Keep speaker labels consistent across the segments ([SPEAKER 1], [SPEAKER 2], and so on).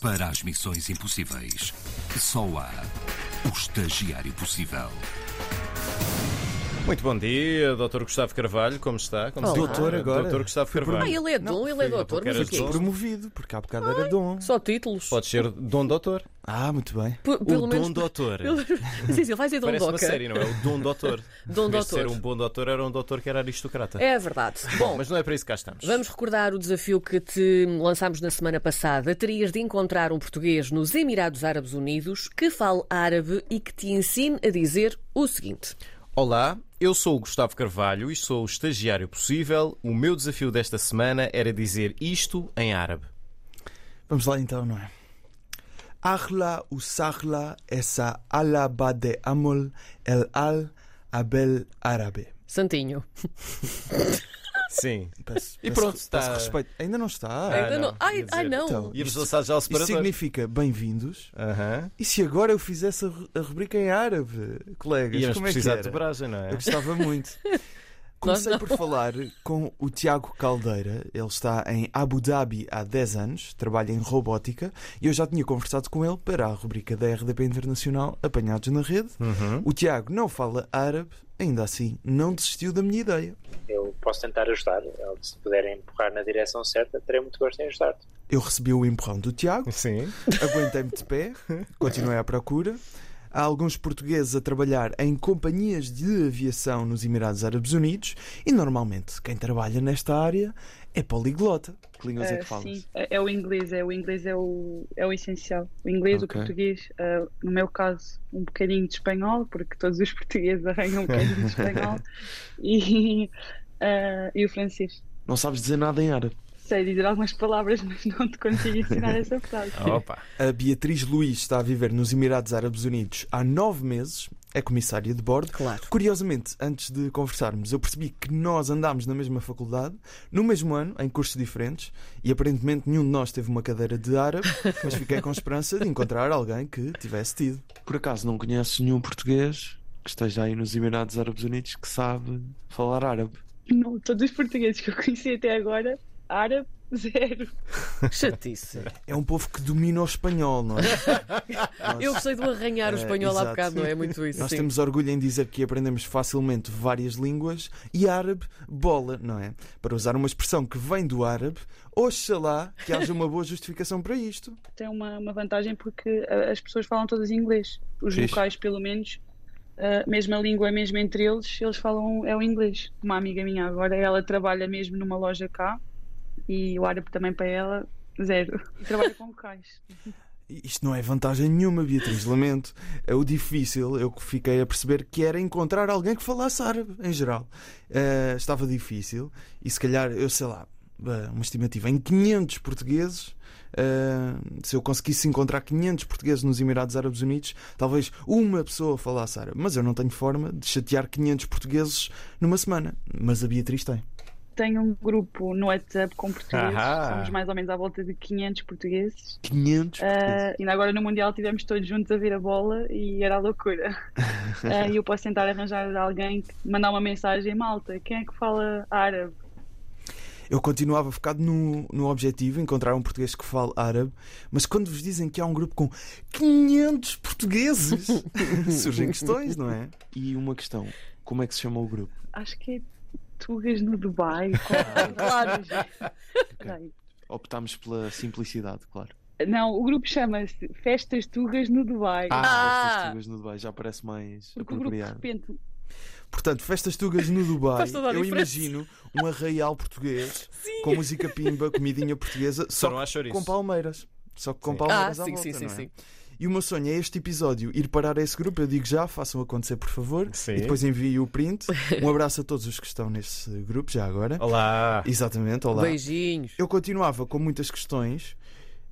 [SPEAKER 1] Para as missões impossíveis, só há o estagiário possível.
[SPEAKER 2] Muito bom dia, Dr. Gustavo Carvalho, como está? Como está?
[SPEAKER 3] Doutor agora?
[SPEAKER 2] Dr. Gustavo Carvalho.
[SPEAKER 4] Ah, ele é dom, ele é doutor, mas
[SPEAKER 2] era
[SPEAKER 4] o quê?
[SPEAKER 2] doutor.
[SPEAKER 3] Promovido, porque há bocado era dom.
[SPEAKER 4] Só títulos.
[SPEAKER 2] Pode ser Dom Doutor.
[SPEAKER 3] Ah, muito bem.
[SPEAKER 4] P-
[SPEAKER 2] é- o Dom Doutor.
[SPEAKER 4] pelo- Sim, sim, ele vai dizer Dom
[SPEAKER 2] Parece uma
[SPEAKER 4] Doca.
[SPEAKER 2] série, não é? O Dom Doutor.
[SPEAKER 4] Dom
[SPEAKER 2] Em vez de ser
[SPEAKER 4] Doutor.
[SPEAKER 2] um bom doutor, era um doutor que era aristocrata.
[SPEAKER 4] É verdade. Bom,
[SPEAKER 2] Mas não é para isso que cá estamos.
[SPEAKER 4] vamos recordar o desafio que te lançámos na semana passada. Terias de encontrar um português nos Emirados Árabes Unidos que fale árabe e que te ensine a dizer o seguinte.
[SPEAKER 2] Olá, eu sou o Gustavo Carvalho e sou o estagiário possível. O meu desafio desta semana era dizer isto em árabe.
[SPEAKER 3] Vamos lá então, não é? Ahla usahla essa alaba de amol el al abel árabe.
[SPEAKER 4] Santinho.
[SPEAKER 2] Sim.
[SPEAKER 3] Peço-
[SPEAKER 2] E
[SPEAKER 3] peço-
[SPEAKER 2] pronto, está.
[SPEAKER 3] peço respeito. Ainda não está.
[SPEAKER 2] Ah,
[SPEAKER 4] Ainda
[SPEAKER 2] não,
[SPEAKER 4] não- Ai,
[SPEAKER 2] quer
[SPEAKER 4] ai,
[SPEAKER 2] dizer,
[SPEAKER 4] não.
[SPEAKER 3] então.
[SPEAKER 2] Íamos
[SPEAKER 3] Isto-
[SPEAKER 2] lançar já o
[SPEAKER 3] Isso
[SPEAKER 2] separador.
[SPEAKER 3] significa bem-vindos.
[SPEAKER 2] Aham.
[SPEAKER 3] E se agora eu fizesse a ru- a rubrica em árabe, colegas?
[SPEAKER 2] Íamos
[SPEAKER 3] como é que
[SPEAKER 2] precisar de
[SPEAKER 3] era?
[SPEAKER 2] dobragem, não é?
[SPEAKER 3] Eu gostava muito. Comecei por falar com o Tiago Caldeira. Ele está em Abu Dhabi há 10 anos, trabalha em robótica e eu já tinha conversado com ele para a rubrica da RDP Internacional Apanhados na Rede.
[SPEAKER 2] Uhum.
[SPEAKER 3] O Tiago não fala árabe, ainda assim não desistiu da minha ideia.
[SPEAKER 5] eu posso tentar ajudar. Se puderem empurrar na direção certa, terei muito gosto em ajudar. -te.
[SPEAKER 3] Eu recebi o empurrão do Tiago,
[SPEAKER 2] Sim.
[SPEAKER 3] aguentei-me de pé, continuei à procura. Há alguns portugueses a trabalhar em companhias de aviação nos Emirados Árabes Unidos e normalmente quem trabalha nesta área é poliglota. Que línguas é
[SPEAKER 6] Ah,
[SPEAKER 3] que falas?
[SPEAKER 6] Sim, é é o inglês, é o inglês é o, é o essencial. O inglês,
[SPEAKER 3] Ok.
[SPEAKER 6] o português, ah, no meu caso, um bocadinho de espanhol, porque todos os portugueses arranham um bocadinho de espanhol, e, ah, e o francês.
[SPEAKER 3] Não sabes dizer nada em árabe.
[SPEAKER 6] Sei dizer algumas palavras, mas não te consigo ensinar essa frase.
[SPEAKER 2] Opa.
[SPEAKER 3] A Beatriz Luís está a viver nos Emirados Árabes Unidos há nove meses, é comissária de bordo.
[SPEAKER 4] Claro.
[SPEAKER 3] Curiosamente, antes de conversarmos, eu percebi que nós andámos na mesma faculdade, no mesmo ano, em cursos diferentes, e aparentemente nenhum de nós teve uma cadeira de árabe, mas fiquei com esperança de encontrar alguém que tivesse tido.
[SPEAKER 7] Por acaso não conheces nenhum português que esteja aí nos Emirados Árabes Unidos que sabe falar árabe?
[SPEAKER 6] Não, todos os portugueses que eu conheci até agora, árabe, zero.
[SPEAKER 4] Chatice.
[SPEAKER 3] É um povo que domina o espanhol, não é? Nós-
[SPEAKER 4] Eu gostei de arranhar o
[SPEAKER 3] É,
[SPEAKER 4] espanhol há
[SPEAKER 3] exato.
[SPEAKER 4] bocado, não é muito isso?
[SPEAKER 3] Nós
[SPEAKER 4] sim.
[SPEAKER 3] temos orgulho em dizer que aprendemos facilmente várias línguas e árabe, bola, não é? Para usar uma expressão que vem do árabe, oxalá que haja uma boa justificação para isto.
[SPEAKER 6] Tem uma, uma vantagem porque ah, as pessoas falam todas inglês. Os
[SPEAKER 7] Fixe.
[SPEAKER 6] locais, pelo menos, a mesma língua, mesmo entre eles, eles falam é o inglês. Uma amiga minha agora, ela trabalha mesmo numa loja cá e o árabe também para ela, zero. E trabalha com locais.
[SPEAKER 3] Isto não é vantagem nenhuma, Beatriz, lamento. É o difícil, eu que fiquei a perceber que era encontrar alguém que falasse árabe, em geral. Eh, estava difícil e se calhar, eu sei lá, eh, uma estimativa em 500 portugueses. eh, se eu conseguisse encontrar 500 portugueses nos Emirados Árabes Unidos, talvez uma pessoa falasse árabe. Mas eu não tenho forma de chatear 500 portugueses numa semana. Mas a Beatriz tem.
[SPEAKER 6] Tenho um grupo no WhatsApp com portugueses,
[SPEAKER 2] Ahá.
[SPEAKER 6] somos mais ou menos à volta de 500 portugueses.
[SPEAKER 7] 500 portugueses.
[SPEAKER 6] Ah, ainda agora no Mundial tivemos todos juntos a ver a bola e era a loucura. Ah, E eu posso tentar arranjar alguém, que- mandar uma mensagem, malta, quem é que fala árabe?
[SPEAKER 3] Eu continuava focado no, no objetivo, encontrar um português que fale árabe, mas quando vos dizem que há um grupo com 500 portugueses, surgem questões, não é?
[SPEAKER 7] E uma questão: como é que se chama o grupo?
[SPEAKER 6] Acho que é Tugas no Dubai. qualquer coisa
[SPEAKER 4] claro.
[SPEAKER 6] assim. Peraí.
[SPEAKER 7] Optámos pela simplicidade, claro.
[SPEAKER 6] Não, o grupo chama-se Festas Tugas no Dubai.
[SPEAKER 4] Ah!
[SPEAKER 7] estas tugas no Dubai já parece mais
[SPEAKER 6] porque o grupo de
[SPEAKER 7] apropriado.
[SPEAKER 6] repente.
[SPEAKER 3] Portanto, festas tugas no Dubai,
[SPEAKER 4] Faz toda a
[SPEAKER 3] eu
[SPEAKER 4] diferença.
[SPEAKER 3] imagino um arraial português com música pimba, comidinha portuguesa,
[SPEAKER 2] Só é não
[SPEAKER 3] só
[SPEAKER 2] há
[SPEAKER 3] que
[SPEAKER 2] chouriço.
[SPEAKER 3] com palmeiras. Só que com
[SPEAKER 2] Sim.
[SPEAKER 4] Ah,
[SPEAKER 3] palmeiras à
[SPEAKER 4] sim,
[SPEAKER 3] volta,
[SPEAKER 4] sim, sim,
[SPEAKER 3] não é?
[SPEAKER 4] sim.
[SPEAKER 3] E o meu sonho é este episódio ir parar a esse grupo. Eu digo já, façam acontecer, por favor.
[SPEAKER 2] Sim.
[SPEAKER 3] E depois envio o print. Um abraço a todos os que estão nesse grupo, já agora.
[SPEAKER 2] Olá.
[SPEAKER 3] Exatamente, olá.
[SPEAKER 4] Beijinhos.
[SPEAKER 3] eu continuava com muitas questões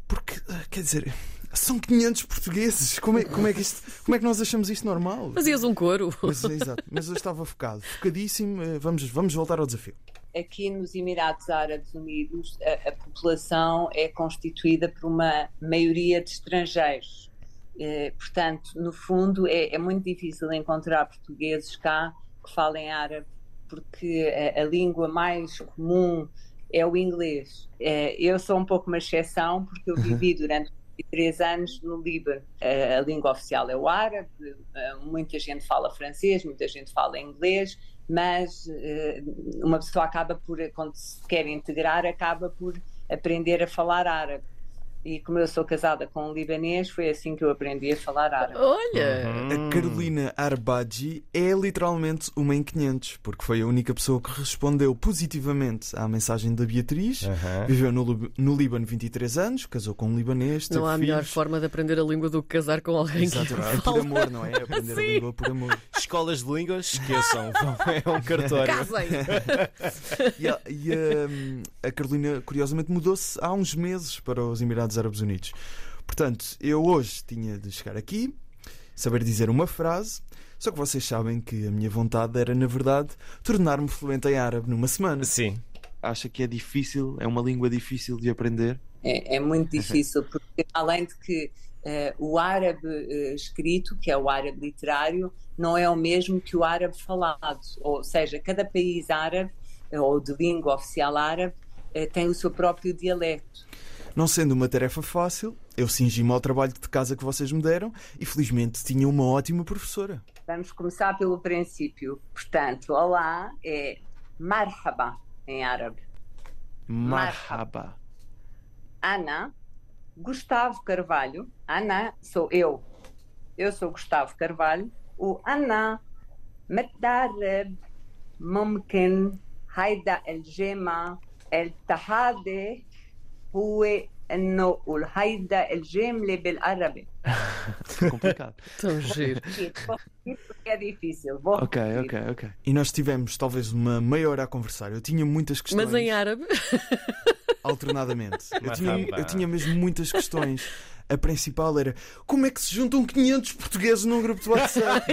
[SPEAKER 3] porque, ah, quer dizer, são 500 portugueses. Como é, como é, que, isto, como é que nós achamos isto normal?
[SPEAKER 4] Fazias um coro.
[SPEAKER 3] Mas, exato, mas eu estava focado, focadíssimo. eh, Vamos, vamos voltar ao desafio.
[SPEAKER 8] aqui nos Emirados Árabes Unidos, a, a população é constituída por uma maioria de estrangeiros. Eh, portanto, no fundo, é, é muito difícil encontrar portugueses cá que falem árabe, porque a, a língua mais É, comum é o inglês. Eh, eu sou um pouco uma exceção, porque eu vivi durante 23 anos no Líbano. A, a língua oficial é o árabe, eh, muita gente fala francês, muita gente fala inglês, mas eh, uma pessoa acaba por, eh, quando se quer integrar, acaba por aprender a falar árabe. E como eu sou casada com um libanês, foi assim que eu aprendi a falar árabe.
[SPEAKER 2] Uhum.
[SPEAKER 4] Olha!
[SPEAKER 2] Hum.
[SPEAKER 3] A Carolina Arbadji é literalmente uma em 500, porque foi a única pessoa que respondeu positivamente à mensagem da Beatriz.
[SPEAKER 2] Aham.
[SPEAKER 3] Viveu no, Lib- no Líbano 23 anos, casou com um libanês, teve
[SPEAKER 4] Não há melhor
[SPEAKER 3] filhos.
[SPEAKER 4] forma de aprender a língua do que casar com alguém que
[SPEAKER 3] Exato, é por
[SPEAKER 4] fala.
[SPEAKER 3] amor, não é? É Aprender a
[SPEAKER 4] Sim.
[SPEAKER 3] língua por amor.
[SPEAKER 2] Escolas de línguas, esqueçam, vão- é um cartório.
[SPEAKER 4] Casem!
[SPEAKER 3] E, a, e a- a Carolina, curiosamente, mudou-se há uns meses para os Emirados Árabes Unidos. Portanto, eu hoje tinha de chegar aqui, saber dizer uma frase, só que vocês sabem que a minha vontade era, na verdade, tornar-me fluente em árabe numa semana.
[SPEAKER 2] Sim.
[SPEAKER 7] Acha que é difícil, é uma língua difícil de aprender.
[SPEAKER 8] É, é muito difícil, porque além de que eh, o árabe eh, escrito, que é o árabe literário, não é o mesmo que o árabe falado. Ou seja, cada país árabe, eh, ou de língua oficial árabe, eh, tem o seu próprio dialeto.
[SPEAKER 3] Não sendo uma tarefa fácil, eu cingi-me ao trabalho de casa que vocês me deram e, felizmente, tinha uma ótima professora.
[SPEAKER 8] Vamos começar pelo princípio. Portanto, olá é marhaba em árabe.
[SPEAKER 7] Marhaba.
[SPEAKER 8] Ana, Gustavo Carvalho. Ana sou eu. Eu sou Gustavo Carvalho. O Ana متدرب ممكن هيدا الجامعة التحادي هو انه هيدا الجملة بالعربي
[SPEAKER 7] Complicado.
[SPEAKER 4] Tão giro.
[SPEAKER 8] é difícil. Vou
[SPEAKER 7] ok,
[SPEAKER 8] repetir.
[SPEAKER 7] ok, ok.
[SPEAKER 3] E nós tivemos talvez uma meia hora a conversar. Eu tinha muitas questões.
[SPEAKER 4] Mas em árabe.
[SPEAKER 3] alternadamente. eu, tinha,
[SPEAKER 2] Marhaba.
[SPEAKER 3] eu tinha mesmo muitas questões. A principal era como é que se juntam 500 portugueses num grupo de WhatsApp?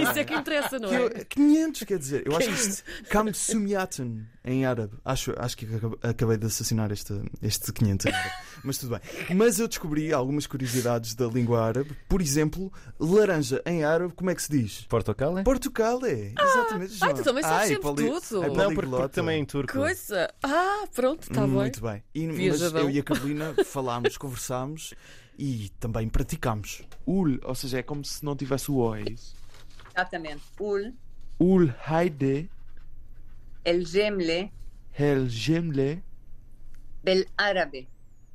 [SPEAKER 4] Isso é que interessa, não
[SPEAKER 3] Que
[SPEAKER 4] é?
[SPEAKER 3] eu- 500, quer dizer, eu acho que isto Kam Sumiatan em árabe. Acho, acho que acab- acabei de assassinar este, este 500 em árabe. Mas tudo bem. Mas eu descobri algumas curiosidades da língua árabe. Por exemplo, laranja em árabe, como é que se diz?
[SPEAKER 2] Portugal é?
[SPEAKER 3] Portugal é. Exatamente.
[SPEAKER 4] Ah, ai,
[SPEAKER 3] João.
[SPEAKER 4] tu também sabes
[SPEAKER 3] Ai,
[SPEAKER 4] sempre
[SPEAKER 3] poli-
[SPEAKER 4] tudo.
[SPEAKER 3] ai,
[SPEAKER 4] Não,
[SPEAKER 2] Não, porque,
[SPEAKER 3] poliglota.
[SPEAKER 2] porque também é em turco.
[SPEAKER 4] Coisa! Ah, pronto, está bem.
[SPEAKER 3] Muito bem. E, mas
[SPEAKER 4] Viajadão.
[SPEAKER 3] eu e a Carolina falámos, conversámos e também praticámos.
[SPEAKER 7] Ul, ou seja, é como se não tivesse o O, é isso?
[SPEAKER 8] Exatamente. Ul
[SPEAKER 7] Ul haide
[SPEAKER 8] الجملة
[SPEAKER 7] hel gemle
[SPEAKER 8] بالعربي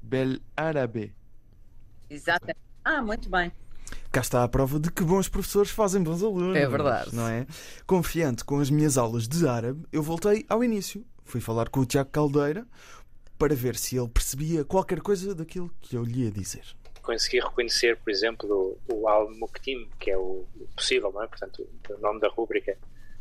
[SPEAKER 7] bel árabe.
[SPEAKER 8] Exatamente. Ah, muito bem.
[SPEAKER 3] Cá está a prova de que bons professores fazem bons alunos.
[SPEAKER 4] É verdade.
[SPEAKER 3] Não é? Confiante com as minhas aulas de árabe, eu voltei ao início. Fui falar com o Tiago Caldeira para ver se ele percebia qualquer coisa daquilo que eu lhe ia dizer.
[SPEAKER 5] Consegui reconhecer, por exemplo, o, o Al-Muqtim, que é o o possível, não é? Portanto, o nome da rúbrica.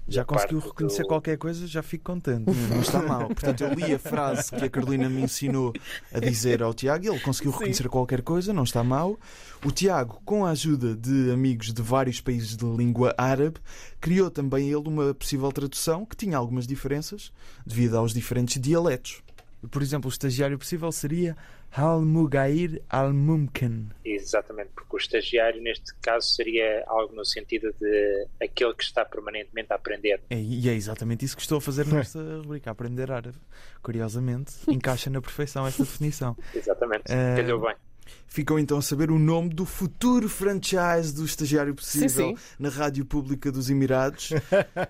[SPEAKER 7] Já
[SPEAKER 5] Da parte
[SPEAKER 7] conseguiu reconhecer
[SPEAKER 5] do-
[SPEAKER 7] qualquer coisa, já fico contente.
[SPEAKER 3] Não está mal. Portanto, eu li a frase que a Carolina me ensinou a dizer ao Tiago e ele conseguiu reconhecer qualquer coisa, não está mal. O Tiago, com a ajuda de amigos de vários países de língua árabe, criou também ele uma possível tradução que tinha algumas diferenças devido aos diferentes dialetos.
[SPEAKER 7] Por exemplo, o estagiário possível seria Al-Mugair Al-Mumkin.
[SPEAKER 5] Exatamente, porque o estagiário, neste caso, seria algo no sentido de aquele que está permanentemente a aprender.
[SPEAKER 7] É, E é exatamente isso que estou a fazer nesta rubrica, aprender árabe. Curiosamente, encaixa na perfeição esta definição.
[SPEAKER 5] Exatamente,
[SPEAKER 7] Eh,
[SPEAKER 5] calhou bem.
[SPEAKER 3] Ficam então a saber o nome do futuro franchise do estagiário possível
[SPEAKER 4] Sim, sim.
[SPEAKER 3] na Rádio Pública dos Emirados.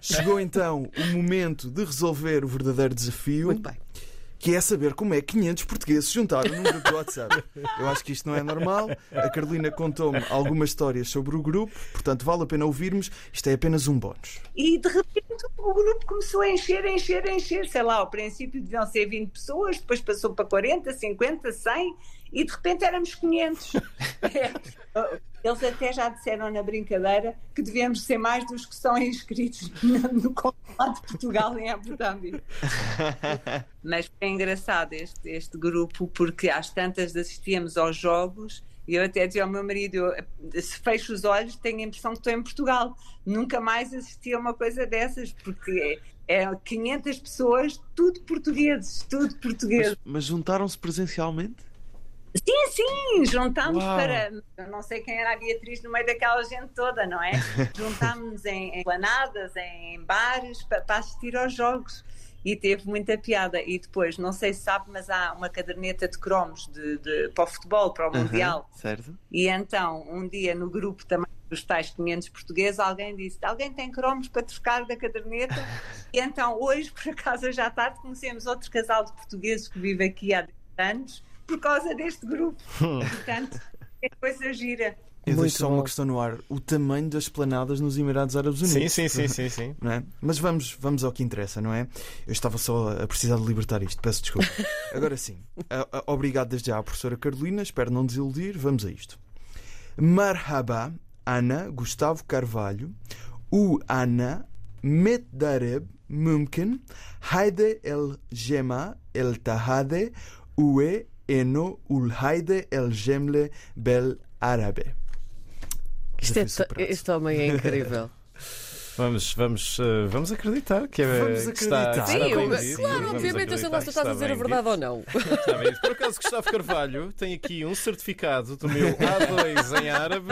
[SPEAKER 3] Chegou então o momento de resolver o verdadeiro desafio.
[SPEAKER 4] Muito bem.
[SPEAKER 3] que é saber como é que 500 portugueses se juntaram num grupo de WhatsApp. Eu acho que isto não é normal. A Carolina contou-me algumas histórias sobre o grupo, portanto vale a pena ouvirmos. Isto é apenas um bónus.
[SPEAKER 8] E de repente o grupo começou a encher, a encher, a encher. Sei lá, ao princípio deviam ser 20 pessoas, depois passou para 40, 50, 100 e de repente éramos 500. Eles até já disseram na brincadeira que devíamos ser mais dos que são inscritos no no Consulado de Portugal em Abu Dhabi. Mas foi engraçado este, este grupo, porque às tantas assistíamos aos jogos e eu até dizia ao meu marido: eu, se fecho os olhos, tenho a impressão que estou em Portugal. Nunca mais assisti a uma coisa dessas, porque é, é 500 pessoas, tudo portugueses, tudo portugueses.
[SPEAKER 7] Mas, mas juntaram-se presencialmente?
[SPEAKER 8] Sim, sim, juntámos
[SPEAKER 7] Uau.
[SPEAKER 8] para. Eu não sei quem era a Beatriz no meio daquela gente toda, não é? juntámos em, em planadas, em bares, pa- para, assistir aos jogos. E teve muita piada. E depois, não sei se sabe, mas há uma caderneta de cromos de, de- para o futebol, para o Mundial.
[SPEAKER 7] Certo?
[SPEAKER 8] E então, um dia no grupo também dos tais 500 portugueses, alguém disse: Alguém tem cromos para trocar da caderneta? e então, hoje, por acaso, hoje à tarde, conhecemos outro casal de portugueses que vive aqui há 10 anos por causa deste grupo. Portanto, é coisa gira.
[SPEAKER 3] Eu
[SPEAKER 4] Muito
[SPEAKER 3] deixo só
[SPEAKER 4] bom.
[SPEAKER 3] uma questão no ar: o tamanho das planadas nos Emirados Árabes Unidos.
[SPEAKER 2] Sim, sim, sim, sim, sim.
[SPEAKER 3] não é? Mas vamos, vamos ao que interessa, não é? Eu estava só a precisar de libertar isto, peço desculpa. Agora sim, a- a- obrigado desde já à professora Carolina, espero não desiludir, vamos a isto. Marhaba, Ana, Gustavo Carvalho, o Ana, Metdareb, Mumkin, Haide el Gema, el Tahade, Ue, Eno, ul Haide el Gemle, bel Árabe.
[SPEAKER 4] Isto é
[SPEAKER 3] Já fui
[SPEAKER 4] to-
[SPEAKER 3] superado.
[SPEAKER 4] este homem é incrível.
[SPEAKER 2] Vamos, vamos, eh, vamos acreditar que, é,
[SPEAKER 3] Vamos
[SPEAKER 2] que está, que
[SPEAKER 3] acreditar.
[SPEAKER 2] está
[SPEAKER 4] Sim,
[SPEAKER 2] bem
[SPEAKER 4] eu-
[SPEAKER 2] dito.
[SPEAKER 4] claro,
[SPEAKER 2] Vamos
[SPEAKER 4] obviamente, eu sei lá se
[SPEAKER 2] acreditar que
[SPEAKER 4] tu estás a
[SPEAKER 2] está
[SPEAKER 4] dizer a
[SPEAKER 2] bem
[SPEAKER 4] verdade
[SPEAKER 2] dito.
[SPEAKER 4] ou não.
[SPEAKER 2] Está bem dito. Por acaso, Gustavo Carvalho tem aqui um certificado do meu A2 em árabe.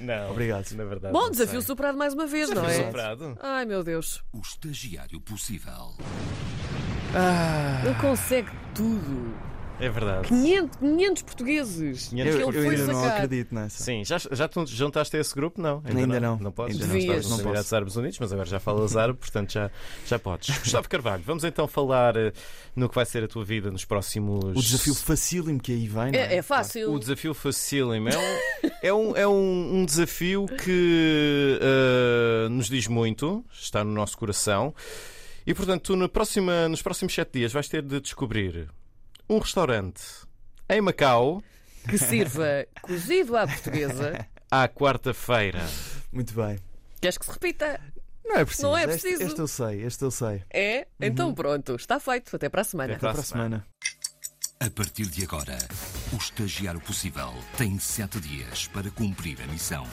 [SPEAKER 2] Não,
[SPEAKER 3] Obrigado.
[SPEAKER 2] Na verdade,
[SPEAKER 4] Bom,
[SPEAKER 2] não
[SPEAKER 4] desafio
[SPEAKER 2] sei.
[SPEAKER 4] superado mais uma vez, não
[SPEAKER 2] Desafio
[SPEAKER 4] é?
[SPEAKER 2] superado.
[SPEAKER 4] Ai meu Deus,
[SPEAKER 1] O estagiário possível.
[SPEAKER 4] ele consegue tudo.
[SPEAKER 2] É verdade.
[SPEAKER 4] 500, 500
[SPEAKER 2] 500
[SPEAKER 4] portugueses. que
[SPEAKER 3] Eu,
[SPEAKER 4] ele
[SPEAKER 3] eu
[SPEAKER 4] foi
[SPEAKER 3] ainda não
[SPEAKER 4] sacar.
[SPEAKER 3] acredito nessa.
[SPEAKER 2] Sim, já, já te juntaste a esse grupo? Não.
[SPEAKER 3] Ainda
[SPEAKER 2] não.
[SPEAKER 3] não.
[SPEAKER 2] podes.
[SPEAKER 3] Ainda
[SPEAKER 4] não.
[SPEAKER 2] não
[SPEAKER 4] Devias.
[SPEAKER 2] estás nos
[SPEAKER 3] Não
[SPEAKER 2] Emirados Árabes Unidos, mas agora já falas árabe, portanto já, já podes. Gustavo Carvalho, vamos então falar eh, no que vai ser a tua vida nos próximos.
[SPEAKER 3] O desafio facílimo que aí vem, não é?
[SPEAKER 4] É, é fácil.
[SPEAKER 2] O desafio facílimo é um, é um, é um, um desafio que eh, nos diz muito, está no nosso coração. E portanto, tu na próxima, nos próximos sete dias vais ter de descobrir um restaurante em Macau
[SPEAKER 4] que sirva cozido à portuguesa.
[SPEAKER 2] à quarta-feira.
[SPEAKER 3] Muito bem.
[SPEAKER 4] Queres que se repita?
[SPEAKER 3] Não é preciso.
[SPEAKER 4] Não é
[SPEAKER 3] Este-
[SPEAKER 4] preciso.
[SPEAKER 3] Este, eu sei, este eu sei.
[SPEAKER 4] É? Então pronto, está feito. Até para a semana.
[SPEAKER 2] Até para a
[SPEAKER 3] Para a semana.
[SPEAKER 1] A partir de agora, o estagiário possível tem sete dias para cumprir a missão.